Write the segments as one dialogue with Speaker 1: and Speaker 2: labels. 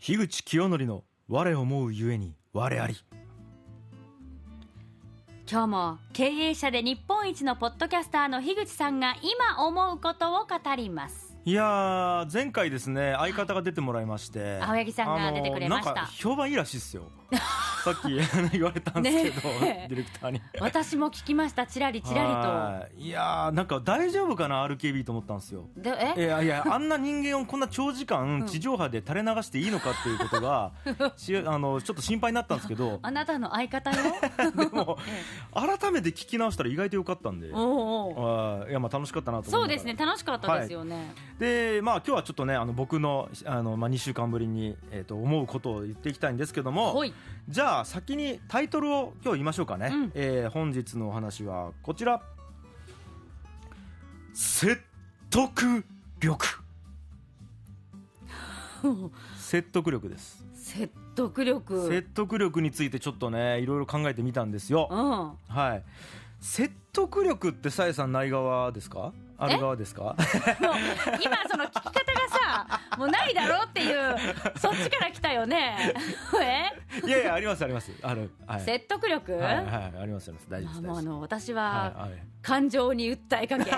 Speaker 1: 樋口清則の我思うゆえに我あり
Speaker 2: 今日も経営者で日本一のポッドキャスターの樋口さんが今思うことを語ります
Speaker 1: いやー前回ですね相方が出てもらいまして、
Speaker 2: 青柳さんが出てくれました
Speaker 1: あのなんか評判いいらしいっすよ さっきあの言われたんですけど、
Speaker 2: ねえ
Speaker 1: ディレクター に
Speaker 2: 私も聞きましたちらりちら
Speaker 1: はいいやーなんか大丈夫かな RKB と思ったんですよ
Speaker 2: りとで
Speaker 1: い
Speaker 2: え
Speaker 1: やいやあんな人間をこんな長時間地上波で垂れ流していいのかっていうこと が、しあのちょっと心配になったんですけど
Speaker 2: あなたの相方よ
Speaker 1: でも改めて聞き直したら意外と良かったんで
Speaker 2: おうおう
Speaker 1: あーいやまあ楽しかったなと思いながら
Speaker 2: そうですね楽しかったですよね、
Speaker 1: でまあ今日はちょっとねあの僕のあの、まあ、2週間ぶりに、えー、と思うことを言っていきたいんですけども
Speaker 2: ほい
Speaker 1: じゃあ先にタイトルを今日言いましょうかね、
Speaker 2: うん
Speaker 1: えー本日のお話はこちら説得 力説得力です
Speaker 2: 説得力
Speaker 1: 説得力についてちょっとねいろいろ考えてみたんですよ、
Speaker 2: うん
Speaker 1: はい説得力ってさえさんない側ですかある側ですか
Speaker 2: もう今その聞き方がさもうないだろうっていうそっちから来たよね え
Speaker 1: いやいやありますありますあるはい
Speaker 2: 説得力、
Speaker 1: はいはいありますあります大丈夫
Speaker 2: ま
Speaker 1: で
Speaker 2: あ
Speaker 1: す大
Speaker 2: もうあ
Speaker 1: 丈夫
Speaker 2: の私
Speaker 1: は
Speaker 2: はい
Speaker 1: はい
Speaker 2: 感情に訴え かけ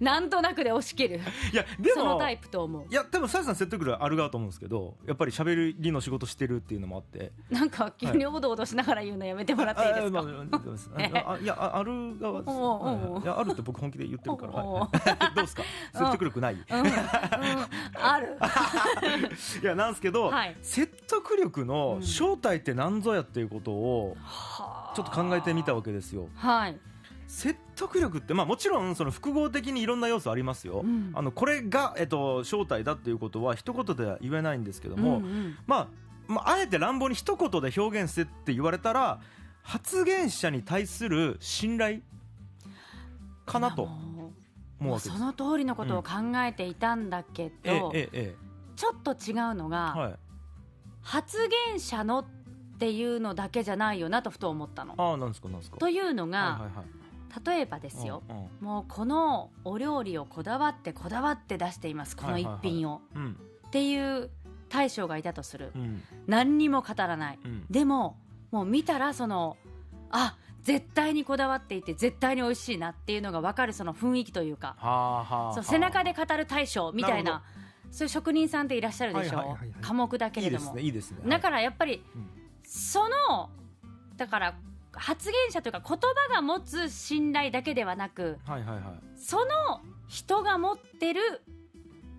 Speaker 2: なんとなくで押し切る
Speaker 1: いやで
Speaker 2: その
Speaker 1: も
Speaker 2: タイプと思う
Speaker 1: いやでもさやさん説得力ある側と思うんですけどやっぱり喋りの仕事してるっていうのもあって
Speaker 2: なんか急におどおどしながら言うのやめてもらっていいですか、
Speaker 1: あまあまあまあまああいやあある側です
Speaker 2: おうおうおう
Speaker 1: はいいやあるって僕本気で言ってるから
Speaker 2: おうおう
Speaker 1: はい どうですか説得力ない
Speaker 2: うん、うん、ある
Speaker 1: いやなんですけど
Speaker 2: はい
Speaker 1: 説得力の正体って何ぞやっていうことを ちょっと考えてみたわけですよ
Speaker 2: はい
Speaker 1: 説得力って、まあ、もちろんその複合的にいろんな要素ありますよ、
Speaker 2: うん
Speaker 1: あのこれが、えっと、正体だっていうことは一言では言えないんですけども、
Speaker 2: うんうん
Speaker 1: まあ、まああえて乱暴に一言で表現してって言われたら発言者に対する信頼かなと
Speaker 2: いやもう
Speaker 1: 思う
Speaker 2: も
Speaker 1: わ
Speaker 2: う
Speaker 1: け
Speaker 2: そ
Speaker 1: です。
Speaker 2: の通りのことを考えていたんだけ
Speaker 1: ええ
Speaker 2: ど、
Speaker 1: えええ
Speaker 2: ちょっと違うのが、
Speaker 1: えはい、
Speaker 2: 発言者のっていうのだけじゃないよなとふと思ったの。
Speaker 1: ああなんですかなんですか。
Speaker 2: というのが、
Speaker 1: はいはいはい、
Speaker 2: 例えばですよ、
Speaker 1: うんうん
Speaker 2: もうこのお料理をこだわってこだわって出していますこの一品を、
Speaker 1: うん
Speaker 2: っていう大将がいたとする
Speaker 1: うん
Speaker 2: 何にも語らない
Speaker 1: うん
Speaker 2: でももう見たらそのあ絶対にこだわっていて絶対に美味しいなっていうのが分かるその雰囲気というか
Speaker 1: はあはあ。
Speaker 2: そう背中で語る大将みたいな
Speaker 1: なる
Speaker 2: そういう職人さんっていらっしゃるでしょ、
Speaker 1: はいはいはいはい
Speaker 2: 寡黙だけ
Speaker 1: いい
Speaker 2: れ
Speaker 1: で
Speaker 2: ど
Speaker 1: す
Speaker 2: も
Speaker 1: ねいいですね。
Speaker 2: だ
Speaker 1: ら、
Speaker 2: からやっぱり
Speaker 1: うん
Speaker 2: そのだから発言者というか言葉が持つ信頼だけではなく
Speaker 1: はいはいはい。
Speaker 2: その人が持ってる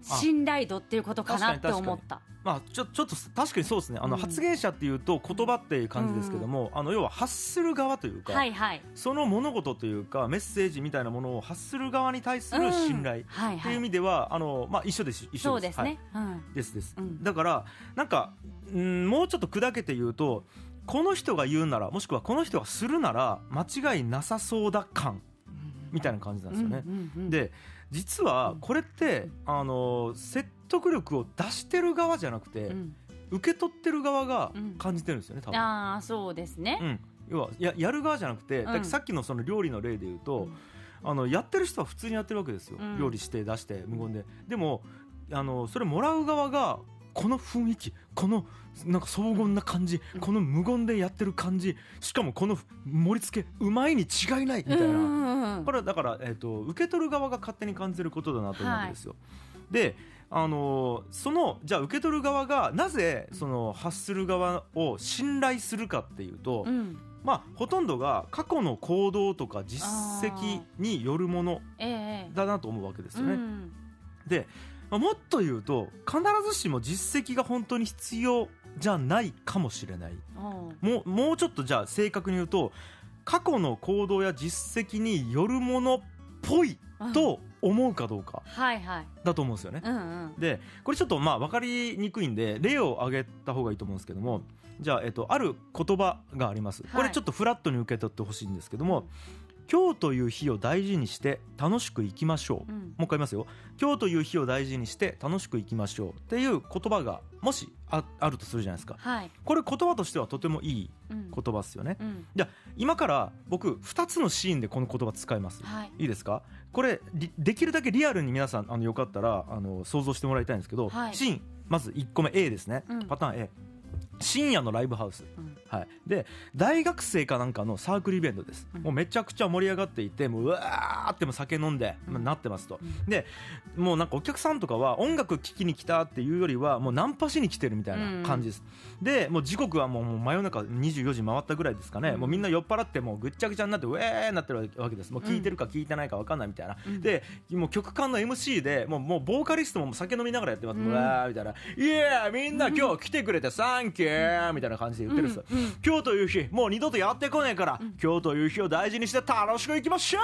Speaker 2: 信頼度っていうことかなって思った。
Speaker 1: まあ、ちょちょっと確かにそうですねあの、
Speaker 2: うん
Speaker 1: 発言者っていうと言葉っていう感じですけども、あの要は発する側というか、
Speaker 2: はいはい。
Speaker 1: その物事というかメッセージみたいなものを発する側に対する信
Speaker 2: う
Speaker 1: 頼
Speaker 2: んはい
Speaker 1: という意
Speaker 2: はい。
Speaker 1: 味では、あのまあ、一緒です一緒です
Speaker 2: そうです
Speaker 1: はい
Speaker 2: ね。うん
Speaker 1: ですです、
Speaker 2: うん
Speaker 1: だからなんか、うん、もうちょっと砕けて言うとこの人が言うならもしくはこの人がするなら間違いなさそうだ感みたいな感じなんですよね、
Speaker 2: うんうんうん
Speaker 1: で実はこれって、あの説得力を出してる側じゃなくて、
Speaker 2: うん
Speaker 1: 受け取ってる側が感じてるんですよね、多分、
Speaker 2: ああそうですね
Speaker 1: う。ん、要はややる側じゃなくて、
Speaker 2: ん
Speaker 1: だからさっきのその料理の例で言うと、あのやってる人は普通にやってるわけですよ、
Speaker 2: うん
Speaker 1: 料理して出して無言ででもあのそれもらう側がこの雰囲気このなんか荘厳な感じ、
Speaker 2: うん
Speaker 1: この無言でやってる感じしかもこの盛り付けうまいに違いないみたいな、
Speaker 2: うんうんうん
Speaker 1: これはだから、えー、と受け取る側が勝手に感じることだなと思うんですよ。であのーそのじゃあ受け取る側がなぜその発する側を信頼するかっていうと、
Speaker 2: うん
Speaker 1: まあ、ほとんどが過去の行動とか実績によるもの
Speaker 2: ええ
Speaker 1: だなと思うわけですよね。
Speaker 2: うん
Speaker 1: で、まあもっと言うと必ずしも実績が本当に必要じゃないかもしれない。
Speaker 2: おう
Speaker 1: もうもうちょっとじゃあ正確に言うと過去の行動や実績によるものっぽいと思うかどうか
Speaker 2: はいはい。
Speaker 1: だと思うんですよね
Speaker 2: う。んうん。
Speaker 1: でこれちょっとまあ分かりにくいんで例を挙げた方がいいと思うんですけどもじゃあ、えっと、ある言葉があります
Speaker 2: はい
Speaker 1: これちょっとフラットに受け取ってほしいんですけども、今日という日を大事にして楽しくいきましょう、
Speaker 2: うん
Speaker 1: もう一回言いますよ今日という日を大事にして楽しくいきましょうっていう言葉がもしああるとするじゃないですか
Speaker 2: はい、
Speaker 1: これ言葉としてはとてもいい
Speaker 2: うん
Speaker 1: 言葉ですよね
Speaker 2: うん
Speaker 1: 今から僕2つのシーンでこの言葉使います
Speaker 2: はい
Speaker 1: いいですかこれりできるだけリアルに皆さんあのよかったらあの想像してもらいたいんですけど、
Speaker 2: はい
Speaker 1: シーンまず1個目 A ですね、
Speaker 2: うん
Speaker 1: パターン A 深夜のライブハウス、
Speaker 2: うん
Speaker 1: はい、で大学生かなんかのサークルイベントです、
Speaker 2: うん
Speaker 1: もうめちゃくちゃ盛り上がっていてもううわーってもう酒飲んで、
Speaker 2: うん
Speaker 1: まあなってますと
Speaker 2: うん
Speaker 1: でもうなんかお客さんとかは音楽聴きに来たっていうよりはもうナンパしに来てるみたいな感じです、でもう時刻はもうもう真夜中24時回ったぐらいですかね、
Speaker 2: うん
Speaker 1: もうみんな酔っ払ってもうぐっちゃぐちゃになってウェーなってるわけですもう聞いてるか聞いてないか分かんないみたいな、
Speaker 2: うん
Speaker 1: でもう曲間の MC でもうもうボーカリストも酒飲みながらやってます、
Speaker 2: う
Speaker 1: うんわーみたいな「イエーみんな今日来てくれてサンキュー」みたいな感じで言ってるんですよ、
Speaker 2: うんうん
Speaker 1: 今日という日もう二度とやってこねえから、
Speaker 2: うん
Speaker 1: 今日という日を大事にして楽しくいきましょ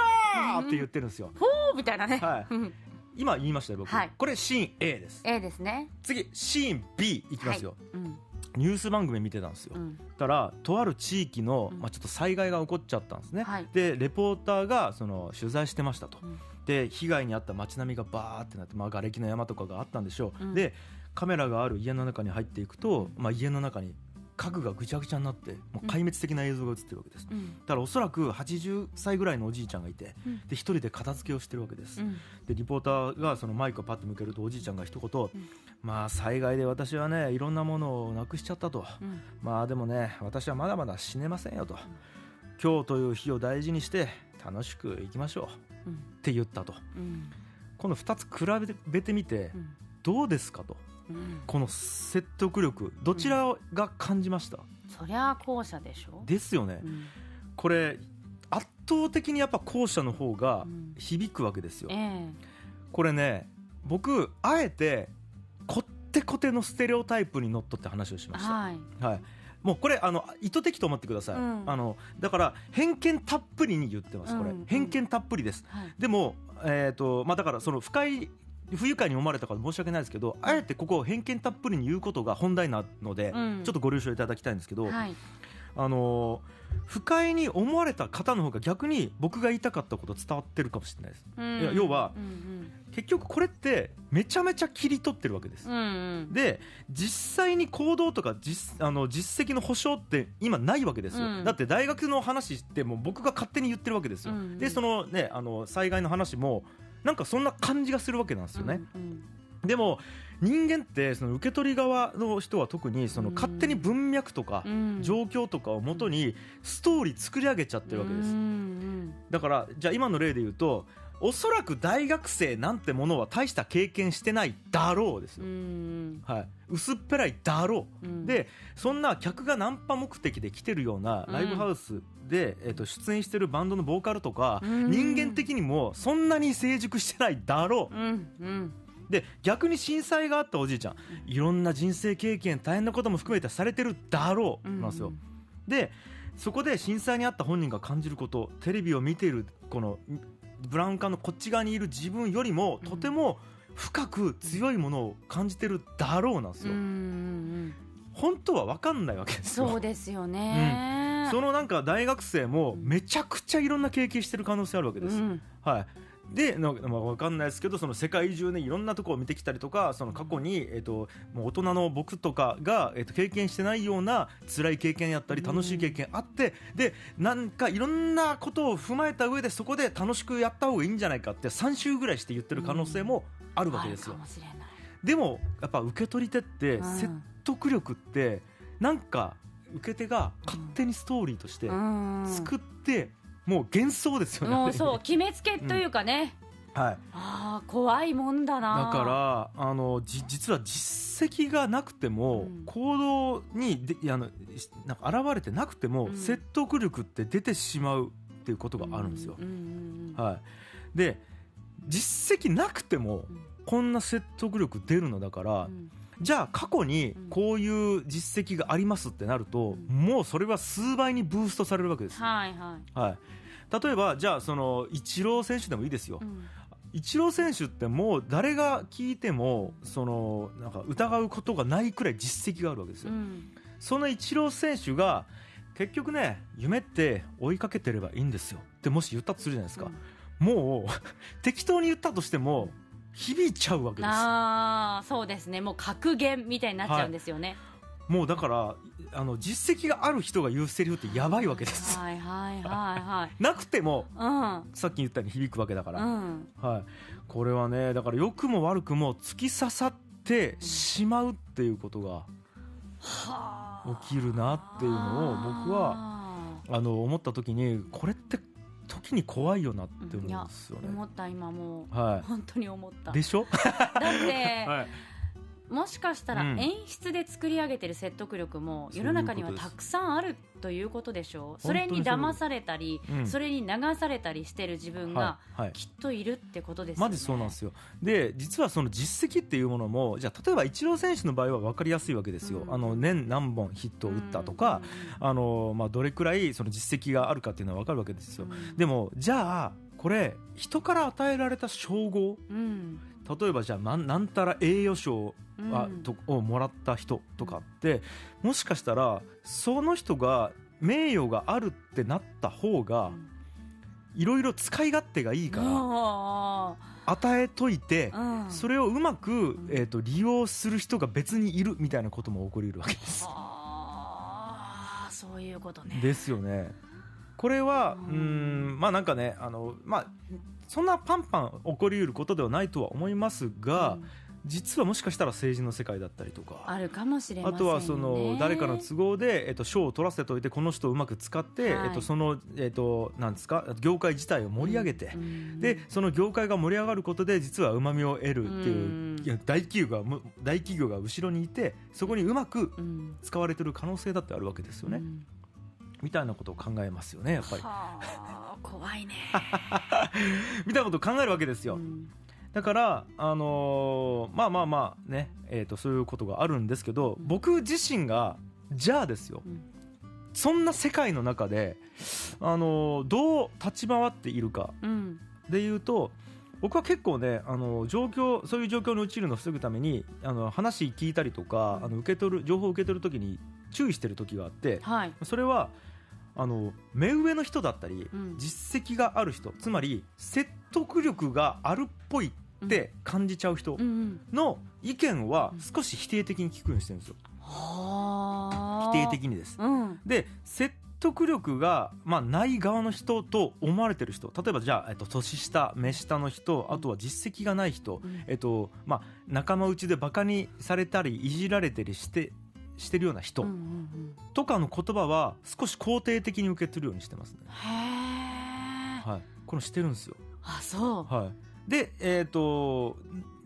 Speaker 1: うって言ってるんですよ
Speaker 2: ほーみたいなね、
Speaker 1: はい
Speaker 2: うん
Speaker 1: 今言いましたよ僕、
Speaker 2: はい
Speaker 1: これシーン A です
Speaker 2: A ですね
Speaker 1: 次シーン B いきますよ、
Speaker 2: はいうん
Speaker 1: ニュース番組見てたんですよ、
Speaker 2: うん
Speaker 1: たらとある地域の
Speaker 2: う、ん
Speaker 1: まあ、ちょっと災害が起こっちゃったんですね、
Speaker 2: はい
Speaker 1: でレポーターがその取材してましたと、
Speaker 2: うん
Speaker 1: で被害に遭った街並みがバーってなって、まあ、瓦礫の山とかがあったんでしょう、
Speaker 2: うん
Speaker 1: でカメラがある家の中に入っていくと、まあ、家の中に家具がぐちゃぐちゃになってもう壊滅的な映像が映ってるわけです、
Speaker 2: うん
Speaker 1: だからおそらく80歳ぐらいのおじいちゃんがいて
Speaker 2: うん
Speaker 1: で一人で片付けをしてるわけです、
Speaker 2: うん
Speaker 1: でリポーターがそのマイクをパッと向けるとおじいちゃんが一言、
Speaker 2: ん
Speaker 1: まあ災害で私はねいろんなものをなくしちゃったと、
Speaker 2: うん
Speaker 1: まあでもね私はまだまだ死ねませんよと今日という日を大事にして楽しくいきましょう
Speaker 2: うん
Speaker 1: って言ったと
Speaker 2: うん
Speaker 1: この2つ比べてみて
Speaker 2: うん
Speaker 1: どうですかと
Speaker 2: うん
Speaker 1: この説得力どちらが感じました、
Speaker 2: そりゃあ後者でしょ
Speaker 1: ですよね
Speaker 2: うん
Speaker 1: これ圧倒的にやっぱ後者の方が
Speaker 2: うん
Speaker 1: 響くわけですよ
Speaker 2: ええ
Speaker 1: これね僕あえてこってこてのステレオタイプにのっとって話をしました
Speaker 2: はい
Speaker 1: はい、もうこれあの意図的と思ってください、
Speaker 2: うん
Speaker 1: あのだから偏見たっぷりに言ってますこれ、
Speaker 2: うんうん
Speaker 1: 偏見たっぷりです
Speaker 2: はい
Speaker 1: でも、えーとまあ、だからその不快不愉快に思われたから申し訳ないですけどあえてここを偏見たっぷりに言うことが本題なので、
Speaker 2: うん
Speaker 1: ちょっとご了承いただきたいんですけど、
Speaker 2: はい
Speaker 1: あのー不快に思われた方の方が逆に僕が言いたかったこと伝わってるかもしれないです
Speaker 2: うん
Speaker 1: いや要は
Speaker 2: うん
Speaker 1: 結局これってめちゃめちゃ切り取ってるわけです
Speaker 2: うんうん
Speaker 1: で実際に行動とか実あの実績の保証って今ないわけですよ、
Speaker 2: うん
Speaker 1: だって大学の話ってもう僕が勝手に言ってるわけですよ、
Speaker 2: うんうん
Speaker 1: でそのねあの災害の話もなんかそんな感じがするわけなんですよね、
Speaker 2: うんうん
Speaker 1: でも人間ってその受け取り側の人は特にその
Speaker 2: うん
Speaker 1: 勝手に文脈とか
Speaker 2: うん
Speaker 1: 状況とかを元にストーリー作り上げちゃってるわけです、
Speaker 2: うんうん
Speaker 1: だからじゃあ今の例で言うとおそらく大学生なんてものは大した経験してないだろうですよ
Speaker 2: うんうん
Speaker 1: はい、薄っぺらいだろ
Speaker 2: う
Speaker 1: う、
Speaker 2: ん
Speaker 1: でそんな客がナンパ目的で来てるようなライブハウスで、えっと出演してるバンドのボーカルとか、
Speaker 2: うん
Speaker 1: 人間的にもそんなに成熟してないだろう、
Speaker 2: うんうん
Speaker 1: で逆に震災があったおじいちゃんいろんな人生経験大変なことも含めてされてるだろう
Speaker 2: うん
Speaker 1: なんですよ、でそこで震災にあった本人が感じることテレビを見ているこのブラウン管のこっち側にいる自分よりもとても深く強いものを感じてるだろうなんです
Speaker 2: うん
Speaker 1: よ、
Speaker 2: うんうん
Speaker 1: 本当は分かんないわけですよ
Speaker 2: そうですよね
Speaker 1: そのなんか大学生もめちゃくちゃいろんな経験してる可能性あるわけです、
Speaker 2: うん
Speaker 1: はいでのまあ、分かんないですけどその世界中ねいろんなとこを見てきたりとかその過去に、えっともう大人の僕とかが、えっと経験してないような辛い経験やったり楽しい経験あって、でなんかいろんなことを踏まえた上でそこで楽しくやった方がいいんじゃないかって3週ぐらいして言ってる可能性もあるわけですよ
Speaker 2: あるか、もしれない
Speaker 1: でもやっぱ受け取り手って
Speaker 2: うん
Speaker 1: 説得力ってなんか受け手が勝手にストーリーとして
Speaker 2: うん
Speaker 1: 作ってもう幻想ですよね、
Speaker 2: もうそう決めつけというかね
Speaker 1: はい、
Speaker 2: ああ怖いもんだ
Speaker 1: だ
Speaker 2: な
Speaker 1: からあのじ実は実績がなくても、
Speaker 2: うん
Speaker 1: 行動にであのしなんか現れてなくても、
Speaker 2: うん
Speaker 1: 説得力って出てしまうっていうことがあるんですよ、
Speaker 2: ううんうん
Speaker 1: はい、で実績なくても
Speaker 2: うん
Speaker 1: こんな説得力出るのだから、
Speaker 2: うん
Speaker 1: じゃあ過去にこういう実績がありますってなると、
Speaker 2: うん
Speaker 1: もうそれは数倍にブーストされるわけです、は
Speaker 2: はいはい
Speaker 1: い、例えばじゃあそのイチロー選手でもいいですよ、
Speaker 2: うん
Speaker 1: イチロー選手ってもう誰が聞いてもそのなんか疑うことがないくらい実績があるわけです
Speaker 2: う
Speaker 1: よ、
Speaker 2: ん
Speaker 1: そのイチロー選手が結局ね夢って追いかけてればいいんですよってもし言ったとするじゃないですか、もう 適当に言ったとしても響いちゃうわけです
Speaker 2: ああそうですねもう格言みたいになっちゃうんですよね、
Speaker 1: もうだからあの実績がある人が言うセリフってやばいわけです
Speaker 2: はい、はいはい はい
Speaker 1: なくても
Speaker 2: は
Speaker 1: さっき言ったように響くわけだから、
Speaker 2: いうんうん
Speaker 1: はい、これはねだから良くも悪くも突き刺さってしまうっていうことが
Speaker 2: は
Speaker 1: 起きるなっていうのを僕は
Speaker 2: は
Speaker 1: あの思った時にこれって時に怖いよなって思うんですよね。
Speaker 2: 思った今も
Speaker 1: は
Speaker 2: う本当に思った
Speaker 1: い、
Speaker 2: だ
Speaker 1: でしょ、
Speaker 2: って、
Speaker 1: はい、
Speaker 2: もしかしたら
Speaker 1: うん
Speaker 2: 演出で作り上げてる説得力も世の中には
Speaker 1: そういうことで
Speaker 2: た
Speaker 1: す
Speaker 2: くさんあるということでしょうそ
Speaker 1: 本当
Speaker 2: れ
Speaker 1: にそうい
Speaker 2: に
Speaker 1: うこと
Speaker 2: 騙されたり、
Speaker 1: うん
Speaker 2: それに流されたりしてる自分が
Speaker 1: はいはい
Speaker 2: きっといるってことですよね、
Speaker 1: マジそうなんですよで実はその実績っていうものもじゃあ例えばイチロー選手の場合は分かりやすいわけですよ、
Speaker 2: うん
Speaker 1: あの年何本ヒットを打ったとか、あのまあ、どれくらいその実績があるかっていうのは分かるわけですよ、で
Speaker 2: も、
Speaker 1: もじゃあこれ人から与えられた称号
Speaker 2: うん
Speaker 1: 例えばじゃあなんなんたら栄誉賞
Speaker 2: うん
Speaker 1: はとをもらった人とかってもしかしたらその人が名誉があるってなった方がいろいろ使い勝手がいいから
Speaker 2: あ
Speaker 1: 与えといて
Speaker 2: ーうん
Speaker 1: それをうまく
Speaker 2: ん、
Speaker 1: えー、と利用する人が別にいるみたいなことも起こりうるわけです。
Speaker 2: あーそういうことね
Speaker 1: ですよね。これは
Speaker 2: うん
Speaker 1: うーんまあなんかねあの、まあ、そんなパンパン起こりうることではないとは思いますが、
Speaker 2: うん
Speaker 1: 実はもしかしたら政治の世界だったりとか。
Speaker 2: あるかもしれま
Speaker 1: あと
Speaker 2: せんよね
Speaker 1: はその誰かの都合でえっと賞を取らせておいてこの人をうまく使って
Speaker 2: はい
Speaker 1: えっとそのえっとなんですか業界自体を盛り上げて
Speaker 2: うん
Speaker 1: でその業界が盛り上がることで実はうまみを得るっていう
Speaker 2: うん
Speaker 1: いや大企業がむ大企業が後ろにいてそこにうまく
Speaker 2: うん
Speaker 1: 使われてる可能性だってあるわけですよね、
Speaker 2: うん
Speaker 1: みたいなことを考えますよねやっぱり
Speaker 2: はあ怖いね
Speaker 1: みたいなことを考えるわけですよ、
Speaker 2: うん
Speaker 1: だからあのーまあまあまあねえーとそういうことがあるんですけど
Speaker 2: うん
Speaker 1: 僕自身がじゃあですよ
Speaker 2: うん
Speaker 1: そんな世界の中であのーどう立ち回っているか
Speaker 2: うん
Speaker 1: でいうと僕は結構ねあの状況そういう状況に陥るのを防ぐためにあの話聞いたりとかあの受け取る情報を受け取るときに注意してる時があって
Speaker 2: はい
Speaker 1: それはあの目上の人だったり
Speaker 2: うん
Speaker 1: 実績がある人つまり説得力があるっぽいって感じちゃう人
Speaker 2: うんうん
Speaker 1: の意見は
Speaker 2: うん
Speaker 1: 少し否定的に聞くようにしてるんですよ
Speaker 2: はあ
Speaker 1: 否定的にです
Speaker 2: うん
Speaker 1: で説得力が、まあ、ない側の人と思われてる人例えばじゃあ、えっと、年下目下の人あとは実績がない人、
Speaker 2: うん
Speaker 1: えっとまあ、仲間内でバカにされたりいじられたりしてしてるような人、
Speaker 2: うんうん
Speaker 1: とかの言葉は少し肯定的に受け取るようにしてますね
Speaker 2: うん、へえ
Speaker 1: はい、これしてるんですよ、
Speaker 2: あそう
Speaker 1: はい、でえっ、と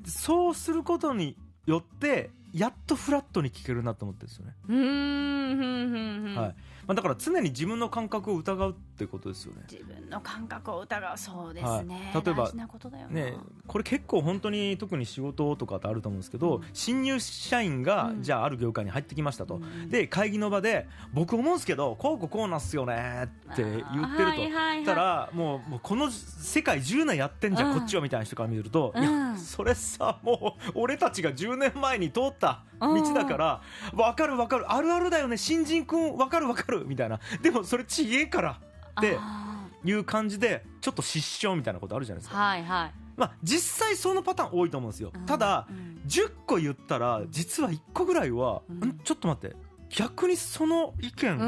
Speaker 1: そうすることによってやっとフラットに聞けるなと思ってるんですよね、
Speaker 2: うーんうんうんうん
Speaker 1: はいまあ、だから常に自分の感覚を疑うってことですよね
Speaker 2: 自分の感覚を疑うそうですね、
Speaker 1: はい例えば
Speaker 2: 大事なことだよな
Speaker 1: ね、これ結構本当に特に仕事とかってあると思うんですけど新入社員が
Speaker 2: うん
Speaker 1: じゃあある業界に入ってきましたと、
Speaker 2: うん
Speaker 1: で会議の場で僕思うんですけどこうこうこうなんすよねって言ってると。
Speaker 2: はいはいはい
Speaker 1: たらもうもうこの世界10年やってんじゃん、
Speaker 2: うん
Speaker 1: こっちはみたいな人から見ると、
Speaker 2: うん
Speaker 1: いやそれさもう俺たちが10年前に通った道だから、わかるわかるあるあるだよね新人くんわかるわかるみたいなでもそれちげえからって
Speaker 2: あ
Speaker 1: いう感じでちょっと失笑みたいなことあるじゃないです
Speaker 2: ー
Speaker 1: か、
Speaker 2: はいはい、
Speaker 1: まあ、実際そのパターン多いと思うんですよ、
Speaker 2: うん
Speaker 1: ただ
Speaker 2: うん
Speaker 1: 10個言ったら実は1個ぐらいは、
Speaker 2: うん
Speaker 1: んちょっと待って逆にその意見、
Speaker 2: う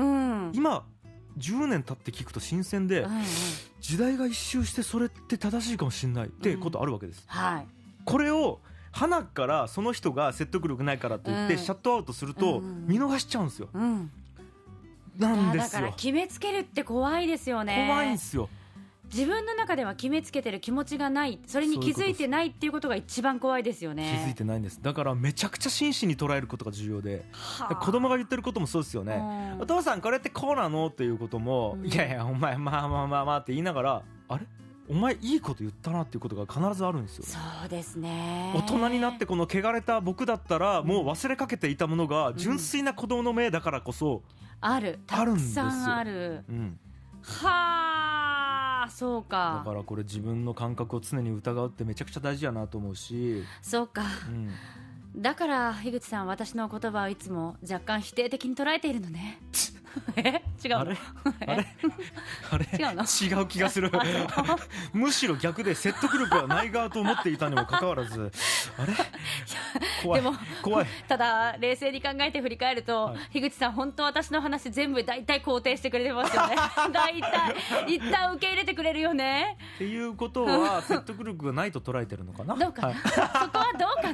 Speaker 2: ん
Speaker 1: 今10年経って聞くと新鮮で、
Speaker 2: うんうん
Speaker 1: 時代が一周してそれって正しいかもしれないってことあるわけです、
Speaker 2: はい
Speaker 1: これを花からその人が説得力ないからって言って
Speaker 2: うん
Speaker 1: シャットアウトすると
Speaker 2: うん
Speaker 1: 見逃しちゃうんですよ、
Speaker 2: うん、
Speaker 1: なん
Speaker 2: い
Speaker 1: で
Speaker 2: やだ
Speaker 1: す
Speaker 2: から
Speaker 1: よ
Speaker 2: 決めつけるって怖いですよね
Speaker 1: 怖いんですよ
Speaker 2: 自分の中では決めつけてる気持ちがないそれに気づいてないっていうことが一番怖いですよ
Speaker 1: 気
Speaker 2: ね
Speaker 1: づいてないんですだからめちゃくちゃ真摯に捉えることが重要で
Speaker 2: はあ
Speaker 1: 子供が言ってることもそうですよね、
Speaker 2: うん
Speaker 1: お父さんこれってこうなのっていうことも、
Speaker 2: うん
Speaker 1: いやいやお前まあまあまあまあって言いながらあれお前いいこと言ったなっていうことが必ずあるんですよ
Speaker 2: そうですね
Speaker 1: 大人になってこの汚れた僕だったらもう忘れかけていたものが
Speaker 2: ん
Speaker 1: 純粋な子供の目だからこそ、
Speaker 2: あるた
Speaker 1: あるん
Speaker 2: く
Speaker 1: ですよ
Speaker 2: さんある
Speaker 1: うん、
Speaker 2: はあそう
Speaker 1: だ
Speaker 2: か
Speaker 1: からこれ自分の感覚を常に疑うってめちゃくちゃ大事やなと思うし、
Speaker 2: そうか
Speaker 1: うん、
Speaker 2: だから樋口さん私の言葉をいつも若干否定的に捉えているのね え違う
Speaker 1: あれあれあれ
Speaker 2: 違うの
Speaker 1: 違う気がする
Speaker 2: あれ
Speaker 1: むしろ逆で説得力はない側と思っていたにもかかわらずあれ怖い
Speaker 2: でも
Speaker 1: 怖い
Speaker 2: ただ冷静に考えて振り返ると、
Speaker 1: はい
Speaker 2: 樋口さん本当私の話全部大体肯定してくれてま すよね大体一旦受け入れてくれるよね
Speaker 1: っていうこと は説得力がないと捉えてるのかな
Speaker 2: どうかな、
Speaker 1: はい
Speaker 2: そこはどうか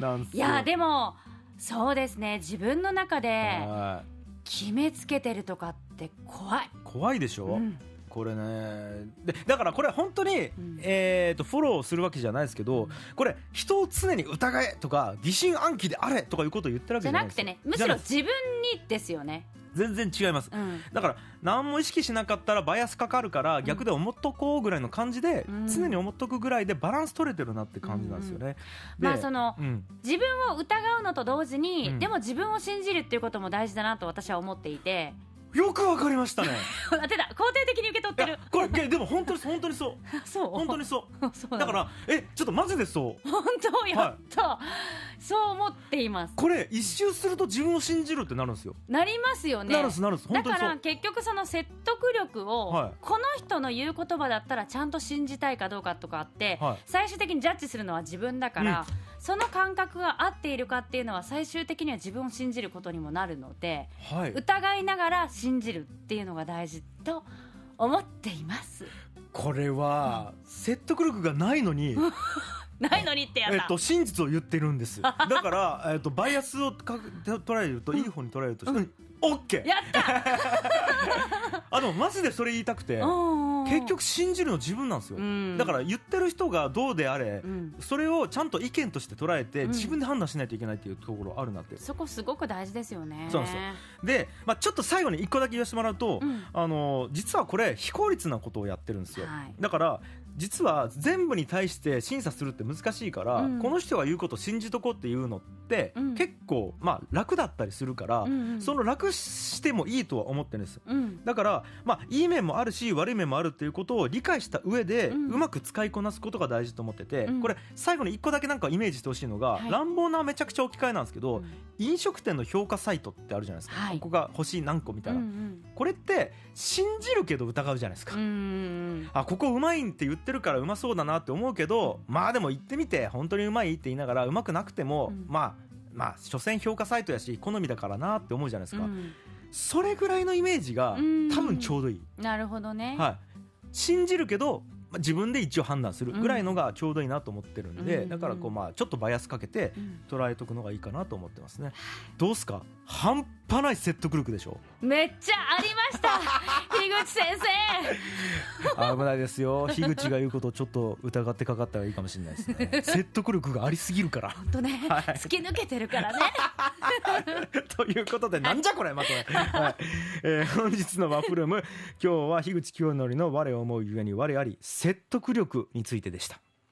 Speaker 2: な
Speaker 1: なんす
Speaker 2: い
Speaker 1: よ
Speaker 2: やでもそうですね自分の中で
Speaker 1: は
Speaker 2: 決めつけてるとかって怖い
Speaker 1: い、怖いでしょ、
Speaker 2: うん
Speaker 1: これねでだからこれ本当に、
Speaker 2: うん
Speaker 1: えー、とフォローするわけじゃないですけどこれ人を常に疑えとか疑心暗鬼であれとかいうことを言ってるわけじ
Speaker 2: じゃ
Speaker 1: ゃない
Speaker 2: な
Speaker 1: で
Speaker 2: く
Speaker 1: すよ
Speaker 2: てねむし
Speaker 1: じ
Speaker 2: ろ
Speaker 1: ゃなくて
Speaker 2: 自分にですよね
Speaker 1: 全然違います
Speaker 2: うん
Speaker 1: だから何も意識しなかったらバイアスかかるから逆で思っとこうぐらいの感じで、
Speaker 2: うん
Speaker 1: 常に思っとくぐらいでバランス取れてるなって感じなんですよね。で
Speaker 2: まあその
Speaker 1: うん
Speaker 2: 自分を疑うのと同時に、
Speaker 1: うん
Speaker 2: でも自分を信じるっていうことも大事だなと私は思って いて
Speaker 1: よくわかりま したね。
Speaker 2: あ出た肯定的に受け取っ
Speaker 1: い
Speaker 2: てる
Speaker 1: やこれけでも本当にそう本当に そう
Speaker 2: そう
Speaker 1: 本当
Speaker 2: に
Speaker 1: にそ
Speaker 2: そう
Speaker 1: う
Speaker 2: な
Speaker 1: だ
Speaker 2: の
Speaker 1: からえちょっとマジでそう
Speaker 2: 本当やった、そう思っています
Speaker 1: これ一周すると自分を信じるってなるんですよ。
Speaker 2: なりますよね
Speaker 1: なるんですなるんです
Speaker 2: だ
Speaker 1: 本当に
Speaker 2: か
Speaker 1: そう
Speaker 2: ら。結局その説得力を、
Speaker 1: はい
Speaker 2: この人の言う言葉だったらちゃんと信じたいかどうかとかあって、
Speaker 1: はい
Speaker 2: 最終的にジャッジするのは自分だから、その感覚が合っているかっていうのは最終的には自分を信じることにもなるので
Speaker 1: はい、
Speaker 2: 疑いながら信じるっていうのが大事と思っています
Speaker 1: これは説得力がないの に、
Speaker 2: ないのにってやった、
Speaker 1: えっと、真実を言ってるんですだから、えっと、バイアスをかく捉えるといい方に捉えるとして、うん、オッケー
Speaker 2: やった
Speaker 1: あでもマジでそれ言いたくて
Speaker 2: うん
Speaker 1: 結局信じるの自分なんですよ、
Speaker 2: うん
Speaker 1: だから言ってる人がどうであれ、
Speaker 2: うん
Speaker 1: それをちゃんと意見として捉えて
Speaker 2: うん
Speaker 1: 自分で判断しないといけないっていうところあるなって、
Speaker 2: そこすごく大事ですよね
Speaker 1: そうなんですよで、まあ、ちょっと最後に一個だけ言わせてもらうと、
Speaker 2: うん
Speaker 1: あの実はこれ非効率なことをやってるんですよ、
Speaker 2: はい
Speaker 1: だから実は全部に対して審査するって難しいから、
Speaker 2: うん
Speaker 1: この人が言うことを信じとこうっていうのって、
Speaker 2: うん
Speaker 1: 結構、まあ、楽だったりするから、
Speaker 2: うんうん
Speaker 1: その楽してもいいとは思ってるんですよ
Speaker 2: うん
Speaker 1: だから、まあ、いい面もあるし悪い面もあるっていうことを理解した上で、
Speaker 2: うん
Speaker 1: うまく使いこなすことが大事と思ってて、
Speaker 2: うん
Speaker 1: これ最後に一個だけなんかイメージしてほしいのが、
Speaker 2: はい
Speaker 1: 乱暴なめちゃくちゃ置き換えなんですけど、
Speaker 2: うん
Speaker 1: 飲食店の評価サイトってあるじゃないですか、
Speaker 2: はい
Speaker 1: ここが星何個みたいな、
Speaker 2: うん
Speaker 1: これって信じるけど疑うじゃないですか、
Speaker 2: うんうん
Speaker 1: あここうまいんって言ってるからうまそうだなって思うけどまあでも行ってみて本当にうまいって言いながらうまくなくても、
Speaker 2: うん
Speaker 1: まあまあ所詮評価サイトやし好みだからなって思うじゃないですか、
Speaker 2: うん
Speaker 1: それぐらいのイメージが
Speaker 2: うん
Speaker 1: 多分ちょうどいい、
Speaker 2: なるほどね、
Speaker 1: はい、信じるけどまあ自分で一応判断するぐらいのがちょうどいいなと思ってるんで、
Speaker 2: うん
Speaker 1: だからこうまあちょっとバイアスかけて
Speaker 2: うん
Speaker 1: 捉えとくのがいいかなと思ってますねどうっすか半端ない説得力で しょ
Speaker 2: めっちゃありました 樋口先生
Speaker 1: 危ないですよ樋口が言うことをちょっと疑ってかかったらいいかもしれないです ね説得力がありすぎるから
Speaker 2: ほんとね、
Speaker 1: はい
Speaker 2: 突き抜けてるからね
Speaker 1: ということでなんじゃこれまとめ、はいえー本日のワップルーム今日は樋口清則の「我を思うゆえに我あり説得力」についてでした